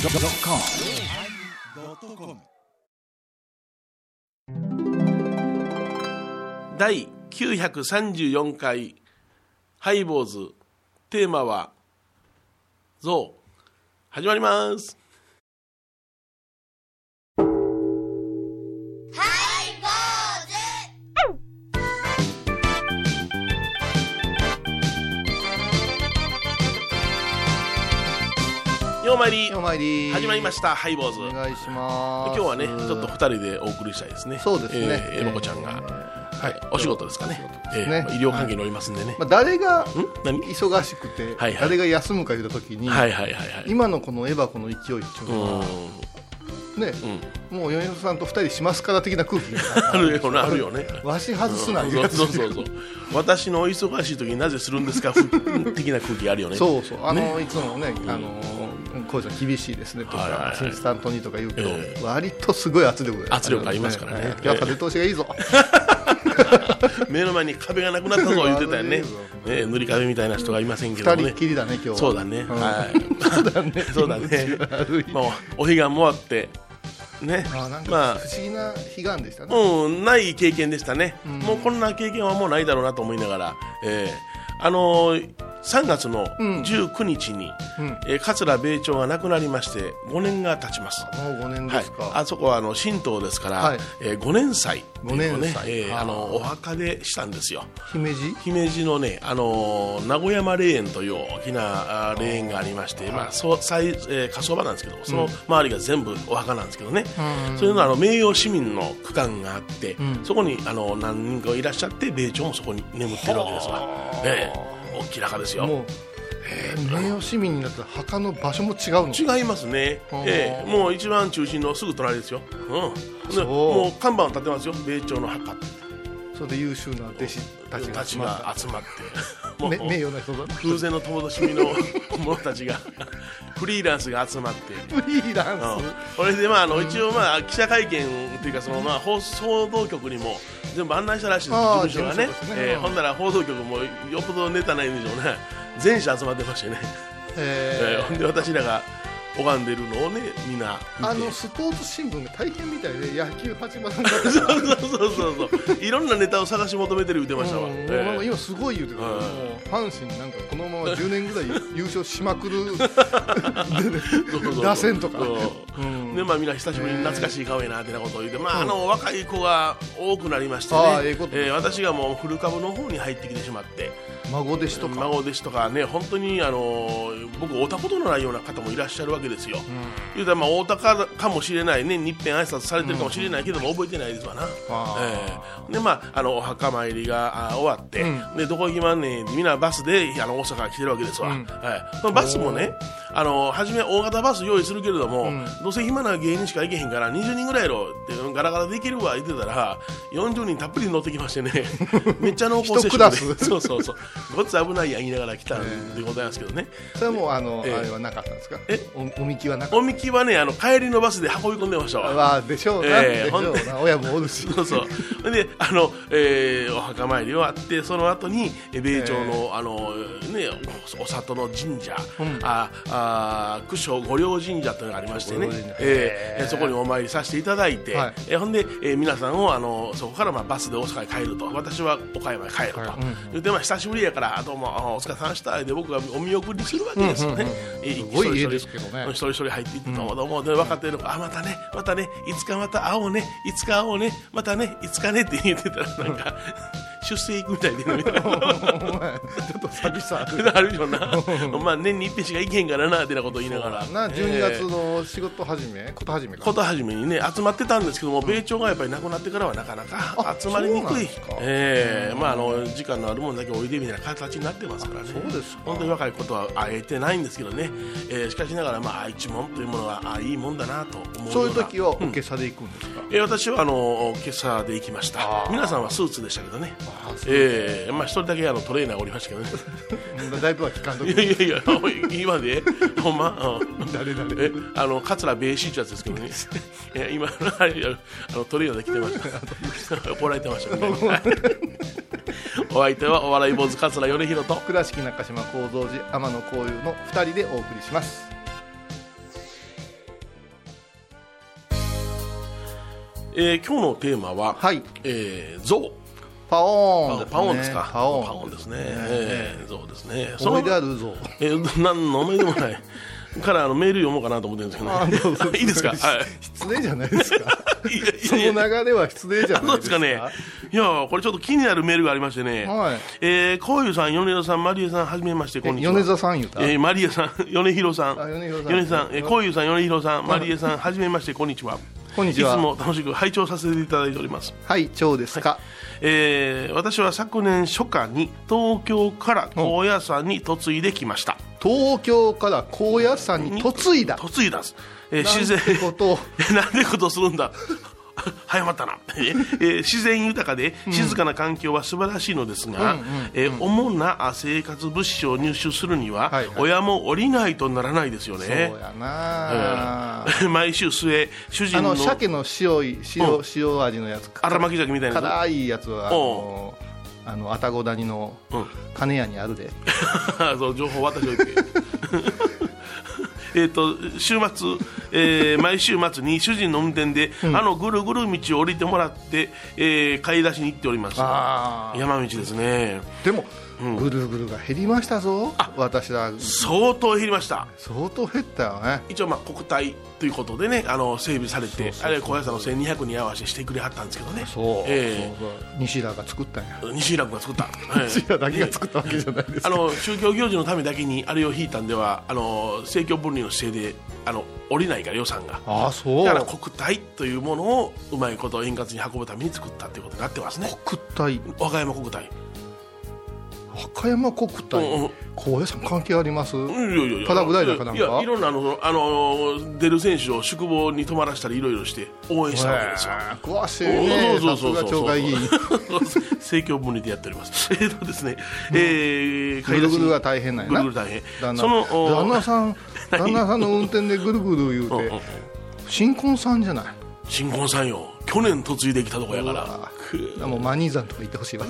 yosmir 第934回ハイボーズテーマは「ゾウ」始まりますようまいりお参り始まりましたハイボーズお願いしま今す日はねちょっと2人でお送りしたいですねそうですねえーえまこちゃんが、はい、お仕事ですかね事ですねえーまあ医療関係におりますんでね、まあ、誰がん何忙しくて、はいはい誰が休むか言った時に、はいはいはいはい今のこのエバコの勢いっていううのは、んね、もう米広さんと二人しますから的な空気があ るよなあるよねわし外すな、そう言そうやつそうそうそう私のお忙しい時になぜするんですか 的な空気あるよねそうそうあの、いつもね、あのこうちゃん厳しいですねとはいはいはかい、インスタントにとか言うけどえ、割とすごい圧力が圧力ありますからねはいやっぱ出通しが いいぞ。目の前に壁がなくなったぞ 言ってたよねね塗り壁みたいな人がいませんけど二も人っねきりだね、今日。そうだね、 はい そうだねもうお彼岸もあってねあなんまあか不思議な悲願でしたね。うん、ない経験でしたね、もうこんな経験はもうないだろうなと思いながら、えーあのー3月の19日に、えー桂米朝が亡くなりまして5年が経ちます。もう五年ではいす、あか。そこはあの神道ですから、はいえー、5年祭っていうのを五ね年祭えーあのお墓でしたんですよ姫路姫路のね、あのー名古山霊園という大きなあー霊園がありまして、まあそう祭えー火葬場なんですけどその周りが全部お墓なんですけどね、そういうのはあの名誉市民の区間があって、そこにあの何人かいらっしゃって米朝もそこに眠ってるわけですわ、ええ大きな墓ですよもう、えー、名誉市民になったら墓の場所も違うの違いますね、ーええ、もう一番中心のすぐ隣ですよ、うん、でそうもう看板を立てますよ米朝の墓ってそれで優秀な弟子たちたがち集まっが集ま ってためもう名誉な人だね空前の友達みの者たちがフリーランスが集まってフリーランスそれでまああの一応まあ記者会見というかそのまあ放送報道局にも全部案内したらしいですああ事務所がね事務所ですねえーうんほんなら報道局もよっぽどネタないんでしょうね全社集まってましてね、えーえほんで私らが拝んでるのをねみんな見ー、てあのスポーツ新聞が大変みたいで野球始まるんだっ たそうそうそうそうそういろんなネタを探し求めてる言ってましたわ、えもうー今すごい言うてたけど、うんもう阪神なんかこのまま10年ぐらい優勝しま くるそうそうそう打線とかそううんでまあ、みんな久しぶりに懐かしい顔やなってなことを言って、まあ、あの若い子が多くなりましてねああええことえー私がもう古株の方に入ってきてしまって孫弟子とか、孫弟子とかね本当にあのー僕会ったことのないような方もいらっしゃるわけですよ、言うたらまあ会ったかかもしれないね日遍挨拶されてるかもしれないけども、覚えてないですわな、あーええでまああのお墓参りがあ終わって、でどこ行きまんねんみんなバスであの大阪から来てるわけですわ、はい、そのバスもねあの初め大型バス用意するけれども、どうせ暇な芸人しか行けへんから20人ぐらいやろってガラガラできるわ言ってたら40人たっぷり乗ってきましてね めっちゃ濃厚接触で一クラス そうそうそう。ごっつ危ないやん言いながら来たんでございますけどね。それはもうあの、ええあれはなかったんですかえおおみきはなかっおみきはね、あの、帰りのバスで運び込んでましたたわ。わあでしょうな、ええでしょほうんな親もおるし そうそう。で、あの、えーお墓参り終わって、その後に、え米朝の、あの、ね、おお里の神社、あ、あ、九所御陵神社というのがありましてね御陵神社、えーへえーーそこにお参りさせていただいて、はいえーほんで、えー皆さんを、あの、そこから、まあ、バスで大阪へ帰ると、私は岡山へ帰ると。言って、まあ、久しぶりやから、どうも、あお疲れさんでした。で、僕がお見送りするわけですよね。えーすごい一人家一人ですけどね一人一人入っていって、どうもどうも、で、若手の子、あ、またね、またね、いつかまた会おうね、いつか会おうね、またね、いつかねって言ってたら、なんか、出世行くみたいで、みたいな。お前ちょっと寂しさある あるよな。まあ、年に一遍しか行けへんからな、ってなこと言いながら。な12月の仕事始め、こと始めかこと始めにね集まってたんですけども、米朝がやっぱりなくなってからはなかなかあ集まりにそうくなんいですか、ええまあ、あの時間のあるもんだけおいでみたいな形になってますからね、そうですか本当に若いことは会えてないんですけどね、えーしかしながら、まあ、愛知もんというものはあいいもんだなと思うようなそういう時はおけさで行くんですか、えー私はあの今朝で行きましたあー皆さんはスーツでしたけどねあーそうえーまあ、一人だけあのトレーナーがおりましたけどねだいぶは聞かんといきやいやいやおい今でほんま、うん誰々えあの桂米市ってやつですけどね いや今 あれあのトレーナーで来てました怒られてましたけど、ね、お相手はお笑い坊主桂米広と倉敷中島幸三寺天野幸雄の2人でお送りしますえー、今日のテーマは、はいえー、象パオーンパオンですかパオーンパオンですね、えー、象ですね思い出あるぞえー、なんの思いでもないからあのメール読もうかなと思ってるんですけあでもそど、 ね、いいですか、はい 失礼じゃないですかいやいやいやその流れは失 礼じゃなどういでですすかかね。いや、これちょっと気になるメールがありましてね。はいえー、こういうさん、米田さん、マリエさん、はじめまして、こんにちは。米沢さん言うた、えー、マリエさん、 米広さん。あ米広さん米さん、えー、こういうさん、米広さん、マリエさん、はじめまして、こんにちは。こんにちはいつも楽しく拝聴させていただいております。はい蝶ですか、えー、私は昨年初夏に東京から高野山に嫁いできました。東京から高野山に嫁いだ嫁いだんです。えー、なん自然。てことをえ なんでことするんだ早まったな、えー自然豊かで静かな環境は素晴らしいのですが、えー主な生活物資を入手するには、はいはい親も降りないとならないですよそうねやなあ、 毎週末主人あのの鮭の塩い塩,、うん塩味のやつ荒巻き鮭みたいなや辛いやつはあのあの愛宕谷のうん金屋にあるで、 つそう情報渡しておいて えーと週末、えー毎週末に主人の運転で、あのぐるぐる道を降りてもらって、えー買い出しに行っておりますあ山道ですねでも、ぐるぐるが減りましたぞ私ら相当減りました相当減ったよね一応まあ国体ということでねあの整備されてあれは小林さんの1200に合わせてしてくれはったんですけどねえそうそう西田が作ったんやえ西浦君が作った、ええ 西田だけが作ったわけじゃないですあの宗教行事のためだけにあれを引いたんではあの政教分離の姿勢であの降りないから予算がああそうだから国体というものをうまいこと円滑に運ぶために作ったということになってますね国体和歌山国体和歌山国体、うんうん高野山関係あります、いやいやいやパラグライダーかなんかいやいろんなあのあの出る選手を宿坊に泊まらせたりいろいろして応援したわけですよへえ詳しいねそさうすそうそうそうが町会議員 政教分離でやっております。 えっとですね、えー、ぐるぐるが変。大変なんぐるやぐるな大旦変。那その、旦お 那さん旦那さんの運転でぐるぐる言ううんうんて新婚さんじゃない新婚さんよ、去年嫁いできたとこやかうわら。くもうマニー山とか行ってほし いわ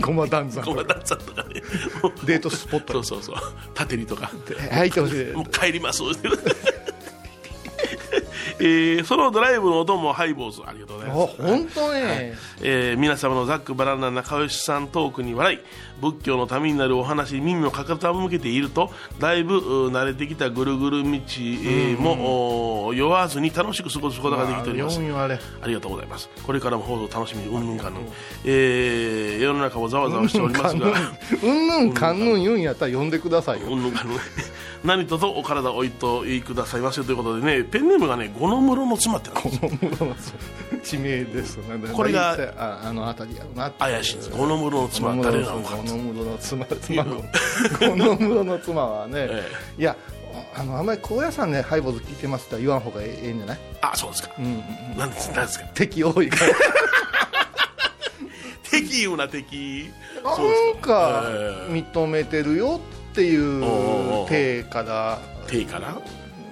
ゴマ丹山ごとめかんなさいとかね。もう デートスポッそトうそうそう、縦にとか。入ってほしいもう帰ります。 えー、そのドライブの音もハイボーズありがとうございあます。本当ねえー皆様のざっくばらんな仲良しさんトークに笑い仏教のためになるお話に耳を傾けているとだいぶう慣れてきたぐるぐる道、えーもお酔わずに楽しく過ごすことができております、 4あれありがとうございますこれからも放送楽しみにうんぬんかんぬん、えー世の中もざわざわしておりますがうんぬんかんぬん言うんやったら呼んでくださいようんぬんかんぬん何とぞお体おいといくださいませということでねペンネームがね五の室も詰まってるんですこの 地名ですなんだこれが大体ああの辺りやろうなって怪しいんです五の室のこ詰のま誰なのか室の妻妻この室の妻はね、えいやあのあんまり高野山で、ハイボーズ聞いてますって言わん方がえええんじゃないあそうですか、なんですなんですか敵多いから敵言うな敵そうでなすんかええ認めてるよっていうおー体から敵かな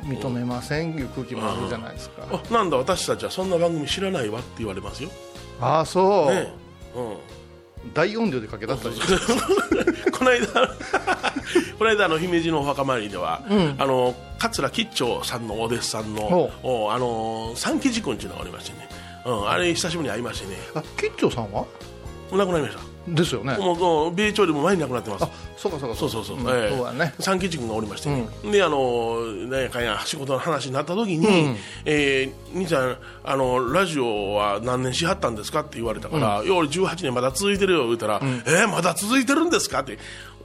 認めませんいう空気もあるじゃないですかあなんだ私たちはそんな番組知らないわって言われますよ、ああそう、ねえうん、 大音量でかけだったりこの間 この間あの姫路のお墓参りでは、あの桂吉兆さんのお弟子さんのおあの三吉君っていうのがおりましてね、うん、あれ久しぶりに会いましてねあ吉兆さんはもう亡くなりましですよねたもうもう米朝よりも前に亡くなってますあそうかそうかそうそうそう、んええそうだね三吉君がおりましてね、であのなんやかんや仕事の話になった時に「えー兄さんあのラジオは何年しはったんですか?」って言われたから「いや俺18年まだ続いてるよ」言うたら「えーまだ続いてるんですか?」って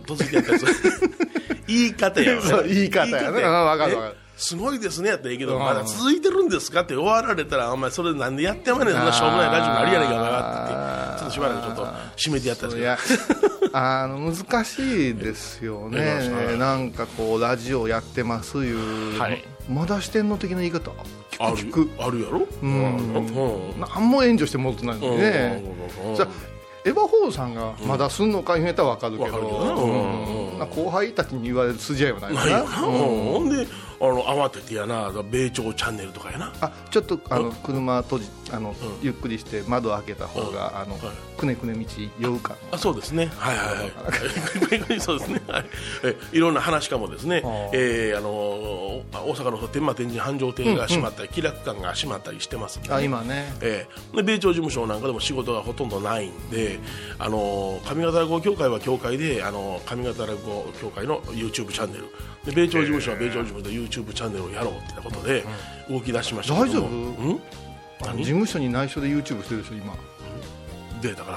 突然やったやつ 言い方やわそう言い方やねうんわかるわかるえすごいですねやったらいいけど、まだ続いてるんですかって終わられたら、お前、それなんでやってまんねん、そんなしょうもないラジオがあるやないかお前はって言って、ちょっとしばらくちょっと締めてやったんですいけど、やあの難しいですよええね、なんかこう、ラジオやってますいう、はいまだしてんの的な言い方、ある聞く、聞あるやろ、うんく、なんも援助してもらってないのにねうん、じゃあエヴァ・ホールさんがまだすんのか言うたら分かるけわかるどけどな、うんなんか後輩たちに言われる筋合いはないないかよな。な、うん、ほんであの慌ててやな米朝チャンネルとかやなあちょっとあの車閉じあの、ゆっくりして窓開けた方が、あの、くねくね道酔うかあそうですね、はいはいはい、 そうですね、はい、えいろんな話かもですね、あえーあのー大阪の天満天神繁盛店が閉まったり、気楽館が閉まったりしてますんでねあ今ねえーで米朝事務所なんかでも仕事がほとんどないんで、あのー上方落語協会は協会で、あのー上方落語協会の YouTube チャンネルで米朝事務所は米朝事務所で YouTube チャンネルをやろうってことで動き出しましたけども大丈夫うんあの何事務所に内緒で YouTube してるでしょ今データか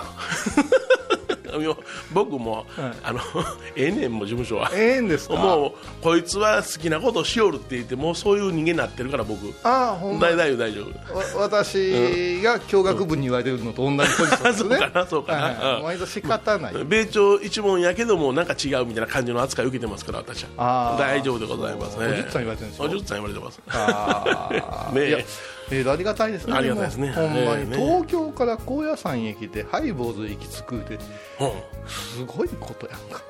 な いや僕も、はいあの ええねんもう事務所はええんです かもうこいつは好きなことしよるって言ってもうそういう人間になってるから僕ああほんま大丈夫大丈夫わ私が教学部に言われてるのと同じポジションです ねそうかなそうかなはいはういん毎度仕方ない米朝一門やけどもなんか違うみたいな感じの扱いを受けてますから私あは ー大丈夫でございますねおじっさん言われてるんですよおじっさん言われてますあー ねえいやえーありがたいですねありがたいですねもうほんまええに、ね東京から高野山へ来てハイボーズへ行き着くってうんすごいことやんか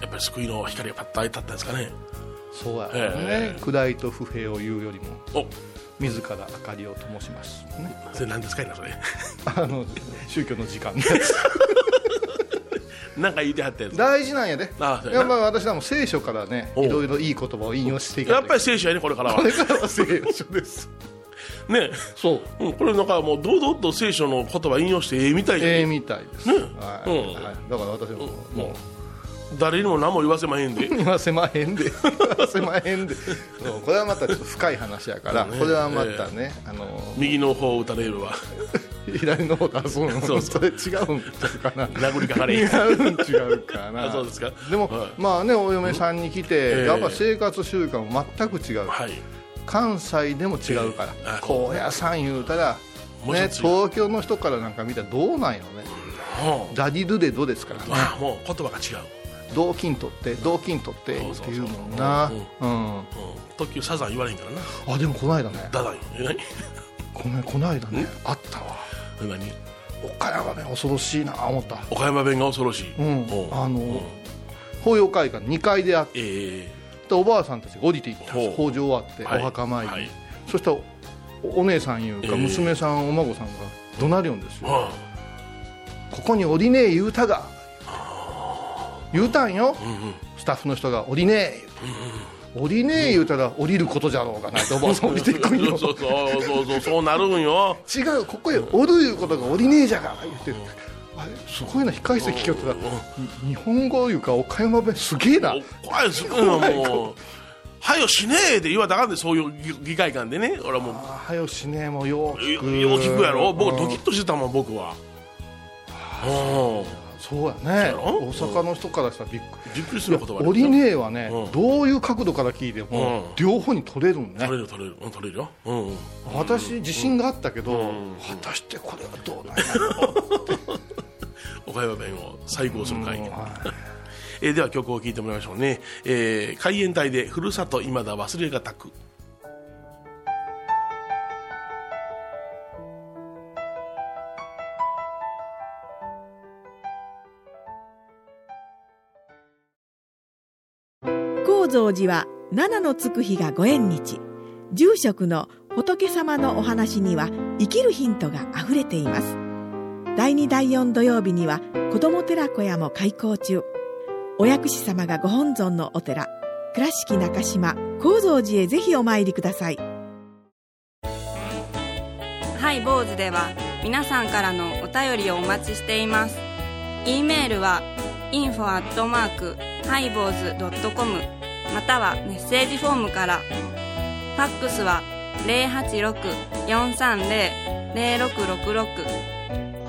やっぱり救いの光がパッと当たったんですかねそうやね、え暗いと不平を言うよりもお自ら明かりを灯します、ね、 それ何ですかいなそれ あの宗教の時間なんか言いてはったやつ大事なんやであそうやなやっぱり私らも聖書からねおういろいろいい言葉を引用していかやなっいぱり聖書やねこれからはこれからは聖書ですねそううん、これなんかもう堂々と聖書の言葉引用してええみたいで、ええみたいです、はいうんはい、だから私も、もう誰にも何も言わせまへんで言わせまへんで 言わせまへんでそうこれはまたちょっと深い話やから、これはまたね、あの右の方を打たれるわ左の方と遊ぶのそうそそれ違うんちゃうかな殴りかかれ違うん違うかあなそうですかでも、はいまあねお嫁さんに来て、ええやっぱ生活習慣も全く違う、はい関西でも違うから、ええあ高野山言うたら、もうね、一つ言東京の人からなんか見たらどうなんよね、もダディドゥデドですからうねあもう言葉が違う、同金取って同金取ってそうっそうてそういうもんなうんうんうん、特急サザン言われへんからなあでもこの間ねダダンえ何このこの間ねあったわえ何 岡山ね恐ろしいな思った岡山弁が恐ろしい、うんおあのうん法要会館2階であっええておばあさんたちが降りていったんですほ法上終わっておはい墓参りに、はいそしたらおお姉さんいうえかえ娘さんお孫さんが怒鳴りょんですよ、はここに降りねえ言うたが言うたんよあうんうんスタッフの人が降りねえ言うた降りねえ言うたら降りることじゃろうかなっておばあさん降りていくんそようそうそうそうそうそうなるんよ違うここへおるいうことがおりねえじゃが言ってるあれすごいな控え室聞きよったらに日本語いうか岡山弁すげえなお怖いですよもう「はよしねえ」で言わなあかんでそういう議議会館でね俺はもうあはよしねえもうよう聞よくよう聞くやろ僕ドキッうんとしてたもん僕はうんそうやねそうやろ大阪の人からしたらびっくりびっくりする言葉おりねえはね、うんどういう角度から聞いてうも、ん両方に取れるんね取れる取れるうん取れるようんうん私自信があったけど、果たしてこれはどうなんや岡山弁を再考する会議ろう、はいえーでは曲を聴いてもらいましょうね、えー、海援隊で「ふるさといまだ忘れがたく」高蔵寺は七のつく日がご縁日住職の仏様のお話には生きるヒントがあふれています第2第4土曜日には子ども寺小屋も開校中お薬師様がご本尊のお寺倉敷中島・高蔵寺へぜひお参りくださいハイボーズでは皆さんからのお便りをお待ちしています。e メールは info アットマークハイボーズドットコムまたはメッセージフォームから。ファックスは086-430-0666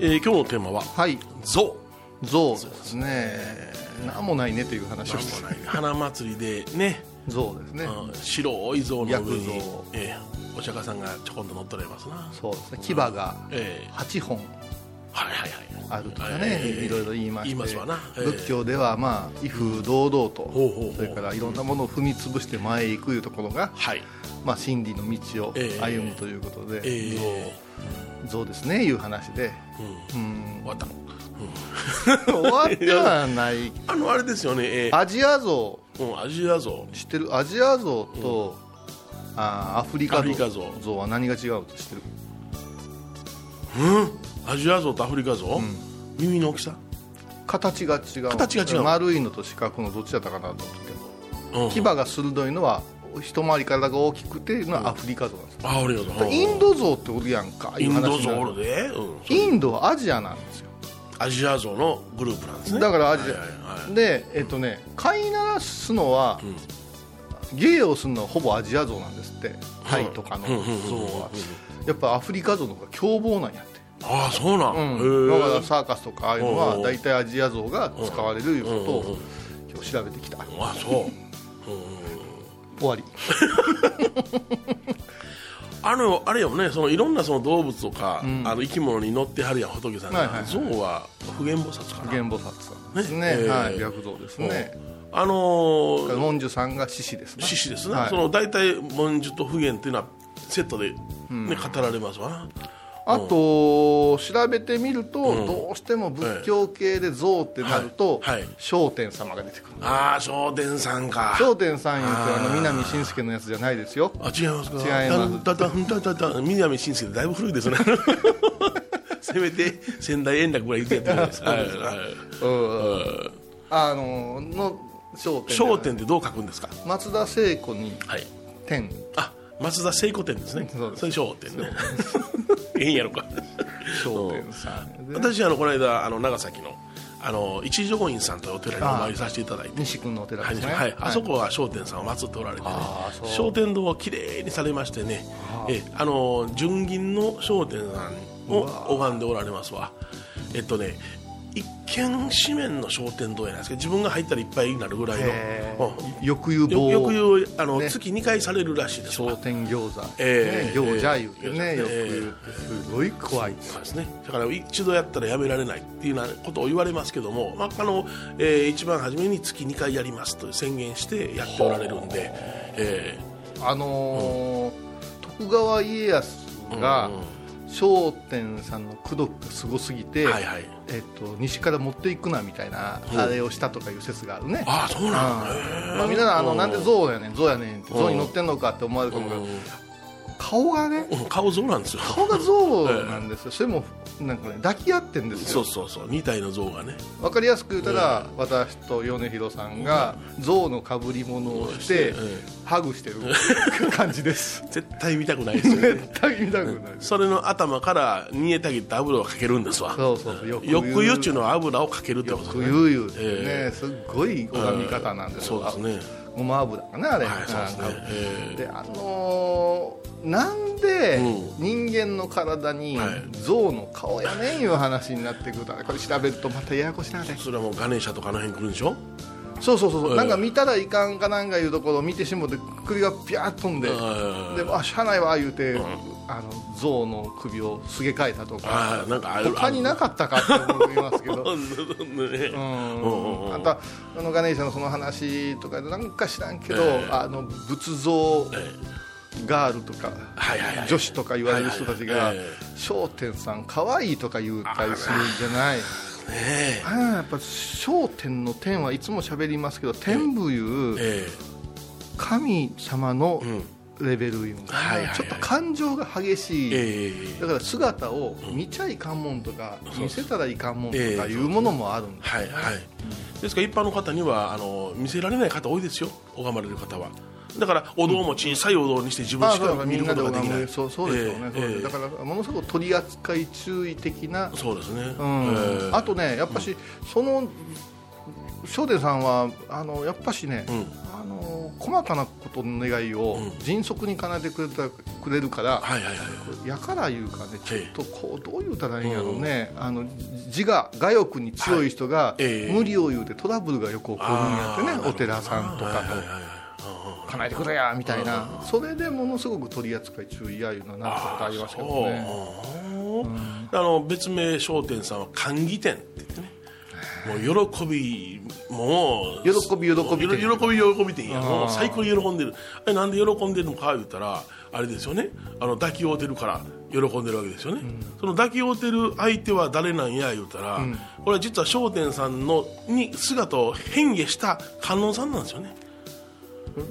えー今日のテーマははい「象」象ですねなんもないねという話をしてなんもない花祭りでね、象ですね、うん白い象の上に薬像、ええお釈迦さんがちょこんと乗っ取れますな、そうですね牙がええ8本はいはいはいあるとかね、ええいろいろ言いまして言いますわな、ええ仏教ではまあ威風堂々と、ほうほうほうそれからいろんなものを踏み潰して前へ行くいうところが、はいまあ、真理の道をええ歩むということえで、え象ですねいう話で、うん終わった 終わっては ないあのあれですよね、ええアジア象うん、アジア像知ってるアジア象と、あーアフリカアフリカ象象象は何が違うと知ってるアジア像とアフリカ像、耳の大きさ、形が違う形が違う丸いのと四角のどっちだったかなと思ったけどうん、牙が鋭いのは一回り体が大きくていうのはアフリカ象なんですよあありがとうだからインド象っておるやんかいイうン話ドにな像るおるで、うん、インドはアジアなんですよアジア像のグループなんですねだからアジはいはいはアでえっとね飼いならすのは芸をするのはほぼアジア象なんですってタイとかの象はやっぱアフリカ象の方が凶暴なんやってああそうなん、うん、だかへらえサーカスとかああいうのおうはおう大体アジア像が使われるいうことうんうんうをん今日調べてきた終あそうわりあのあれよねそのいろんなその動物とか、んあの生き物に乗ってはるやん仏さんが、はいはいはい象は普賢菩薩かな原菩薩さんですねねえーはい白像ですねあのだからー、文殊さんが獅子ですね獅子ですね、はいその大体文殊と普賢っていうのはセットで、ね語られますわなあと調べてみるとどうしても仏教系で像ってなるとはいはい聖天様が出てくるああ聖天さんか聖天さんいうてあの南信介のやつじゃないですよあ違いますか違いますだだだんだだだ南信介だいぶ古いですね せめて仙台円楽ぐらい言ってやってくださいはいはいうんあのの聖天じゃない焦点ってどう書くんですか松田聖子にはい天あ松田聖子店ですねそうですれ焦点ねええんやろか聖天さんで私あのこの間あの長崎のあの一条院さんというお寺にお参りさせていただいて西君のお寺はでい、すね、はい、あそこは商店さんを祀っておられてねあーそう商店堂をきれいにされましてねえあの純銀の商店さんを拝んでおられますわえっとね一見紙面の商店堂やないですけど自分が入ったらいっぱいになるぐらいへの、うんー欲遊よ棒よく言うあの、ね月2回されるらしいですわ商店餃子、えね、ー餃子いうてね、えーよく言うってすごい怖いですそうですね、だから一度やったらやめられないっていうようなことを言われますけども、まああのえー一番初めに月2回やりますと宣言してやっておられるんで、えあのー徳川家康が商店さんの功徳がすごすぎて、はいはいえっと西から持っていくなみたいなあれをしたとかいう説があるねー、ああそうなんだ、うんまあ、みんなあのなんで象やねん象やねんって象に乗ってんのかって思われると思うけど、顔がねうん顔像なんですよ顔が象なんですよ、それもなんかね抱き合ってんですよそうそうそう2体の像がねわかりやすく言うたら、私と米広さんが象のかぶり物をして、うんハグしてる感 じです絶対見たくないですよ ね絶対見たくないですそれの頭から煮えたぎって油をかけるんですわそうそうそうよよく言うっちゅうののは油をかけるってこととねゆうゆう、えねすっごい拝み方なんですそうよ、ですねごま油かなあれ、はいそうですねなんかえであのーなんでう人間の体にはい象の顔やねんいう話になってくるとこれ調べるとまたややこしなでそれはもうガネーシャとかあの辺来るんでしょそうそうそうそう、ええなんか見たらいかんかなんかいうところを見てしもて首がピャーッ飛んで、ええであ車内は言うて、あの象の首をすげ替えたとあかあなんかある他になかったかって思いますけど。ねううんんうんうんあんたあのガネーシャのその話とかでなんか知らんけど、ええあの仏像えガールとか、はいはいはい女子とか言われる人たちがはいはいはいえ「笑点さん可愛いとか言ったりするんじゃないえああやっぱ『笑点』の点はいつも喋りますけど天部いうえ神様のんレベルいうんかなはいはいはいちょっと感情が激ええしいええだから姿を見ちゃいかんもんとか見せたらいかんもんとかええいうものもあるんだはいはいですから一般の方にはあの見せられない方多いですよ拝まれる方はだからお堂も小さいお堂にして自分ああしそうかだ見みるんこなでとができな拝いむそうそうですよね、ええそうですええだからものすごく取り扱い注意的なそうですねうえんえあとねやっぱし、その翔太さんはあのやっぱしね、うんあの細かなことの願いを迅速に叶えてくれたくれるから、はいはいはいやからいうかねちょっとこうどう言うたらいいんやろうね、あの自我我欲に強い人がいええ無理を言うてトラブルがよく起こるんやってね、あーお寺さんとはいかはいはいと叶えてくれやみたいな、それでものすごく取り扱い注意やいうのはなんとかありますけどねそうあの別名商店さんは歓喜店って言ってねもう喜びもう喜び喜び店喜び喜び店やもう最高に喜んでるあれなんで喜んでるのか言ったらあれですよねあの抱き合うてるから喜んでるわけですよね、その抱き合うてる相手は誰なんや言うたら、これは実は商店さんのに姿を変化した観音さんなんですよね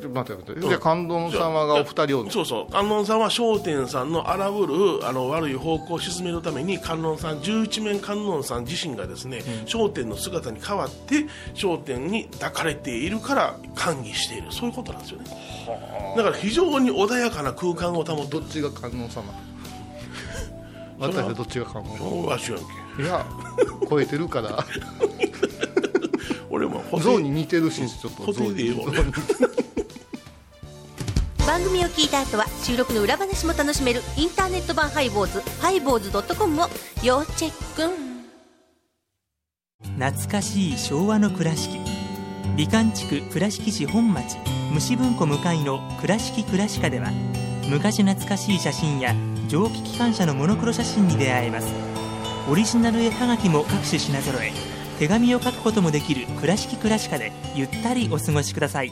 ちょ待って待ってじゃあ観音様がお二人おるそうそう観音さんは商店さんの荒ぶるあの悪い方向を沈めるために観音さん十一面観音さん自身がですね、商店の姿に変わって商店に抱かれているから歓喜しているそういうことなんですよねだから非常に穏やかな空間を保ってどっちが観 音様私はどっちが観音様わしやんけいや超えて るから俺も補像に似てるしちょっと補像正でいいによ番組を聞いた後は収録の裏話も楽しめるインターネット版ハイボーズハイボーズドットコムを要チェック懐かしい昭和の倉敷美観地区倉敷市本町虫文庫向かいの「倉敷倉歯科」では昔懐かしい写真や蒸気機関車のモノクロ写真に出会えますオリジナル絵はがきも各種品揃え手紙を書くこともできる「倉敷倉歯科」でゆったりお過ごしください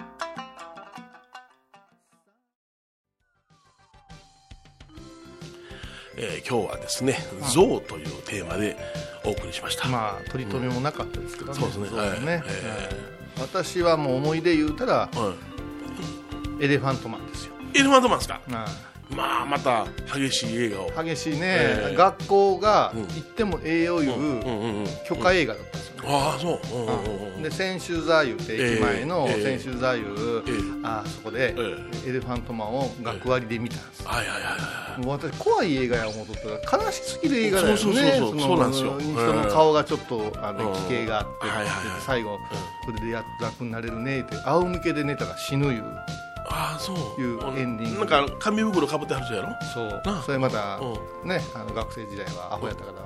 えー今日はですね「象」というテーマでお送りしました、まあ取り留めもなかったですけどね、そうですねはいねえ私はもう思い出言うたらーうんエレファントマンですよ、エレファントマンですかまあまた激しい映画を激しいね、ええ学校がうん行ってもええよいう、うんうんうん許可映画だったんですよね、ああそう、うんうんうんうんで千秋座右って駅前のええ千秋座右、えあそこでえエレファントマンを学割で見たんですよ、はいはいはいはもう私怖い映画や思うとったら悲しすぎる映画だよねそうそうそうそうのそうなんですよ人の顔がちょっとあうのん奇形があって、はいはいはい最後これでや楽になれるねって仰向けで寝たら死ぬいういああそういうエンディングなんか紙袋かぶってはる人やろそうなあそれまたうねあの学生時代はアホやったから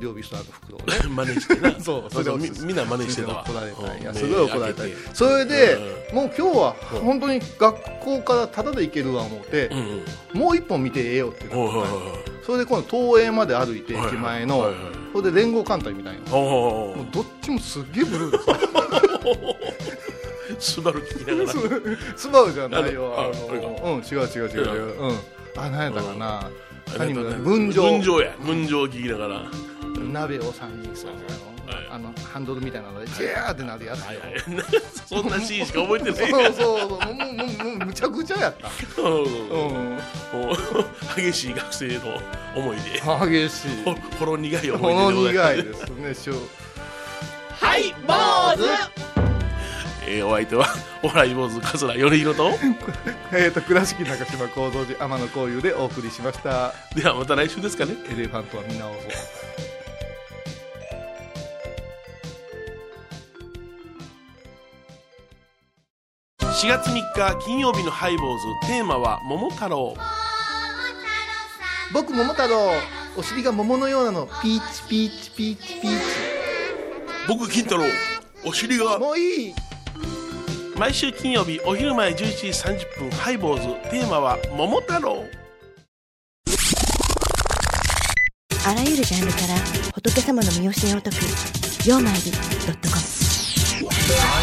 両ビストの袋をね真似してな そ うそれそれみでみんな真似してたわ怒られたいやうんすごい怒られた目開けてそれでうもう今日は本当に学校からタダで行けるわ思ってうんうんもう一本見てええよってなっておいおいおいそれで今度東映まで歩いて駅前はのいはいはいそれで連合艦隊みたいなおおもうどっちもすっげえブルー ですよスバル聞きながらスバルじゃないよああのあのうん違う違う違う違ううんあ何やったかな何もあれだね分譲分譲や分譲聞きながら 鍋を三人さはいあのハンドルみたいなのでジャーってなるやつよそんなシーンしか覚えてない そうそうそうもうもうもうもうむちゃくちゃやった うんうもう激しい学生の思い出 ん激しいほほろ苦い思このい出でございます苦いですねしょうはい坊主、えー、お相手はお笑い坊主桂頼宏とえーと倉敷中島幸三寺天野幸雄でお送りしましたではまた来週ですかねエレファントは見直そう4月3日金曜日のハイボーズテーマは桃太郎僕桃太郎お尻が桃のようなのピーチピーチピーチピーチ僕金太郎お尻がもういい毎週金曜日お昼前11時30分ハイボーズテーマは桃太郎あらゆるジャンルから仏様の身教えを解く「曜マイルドットコム」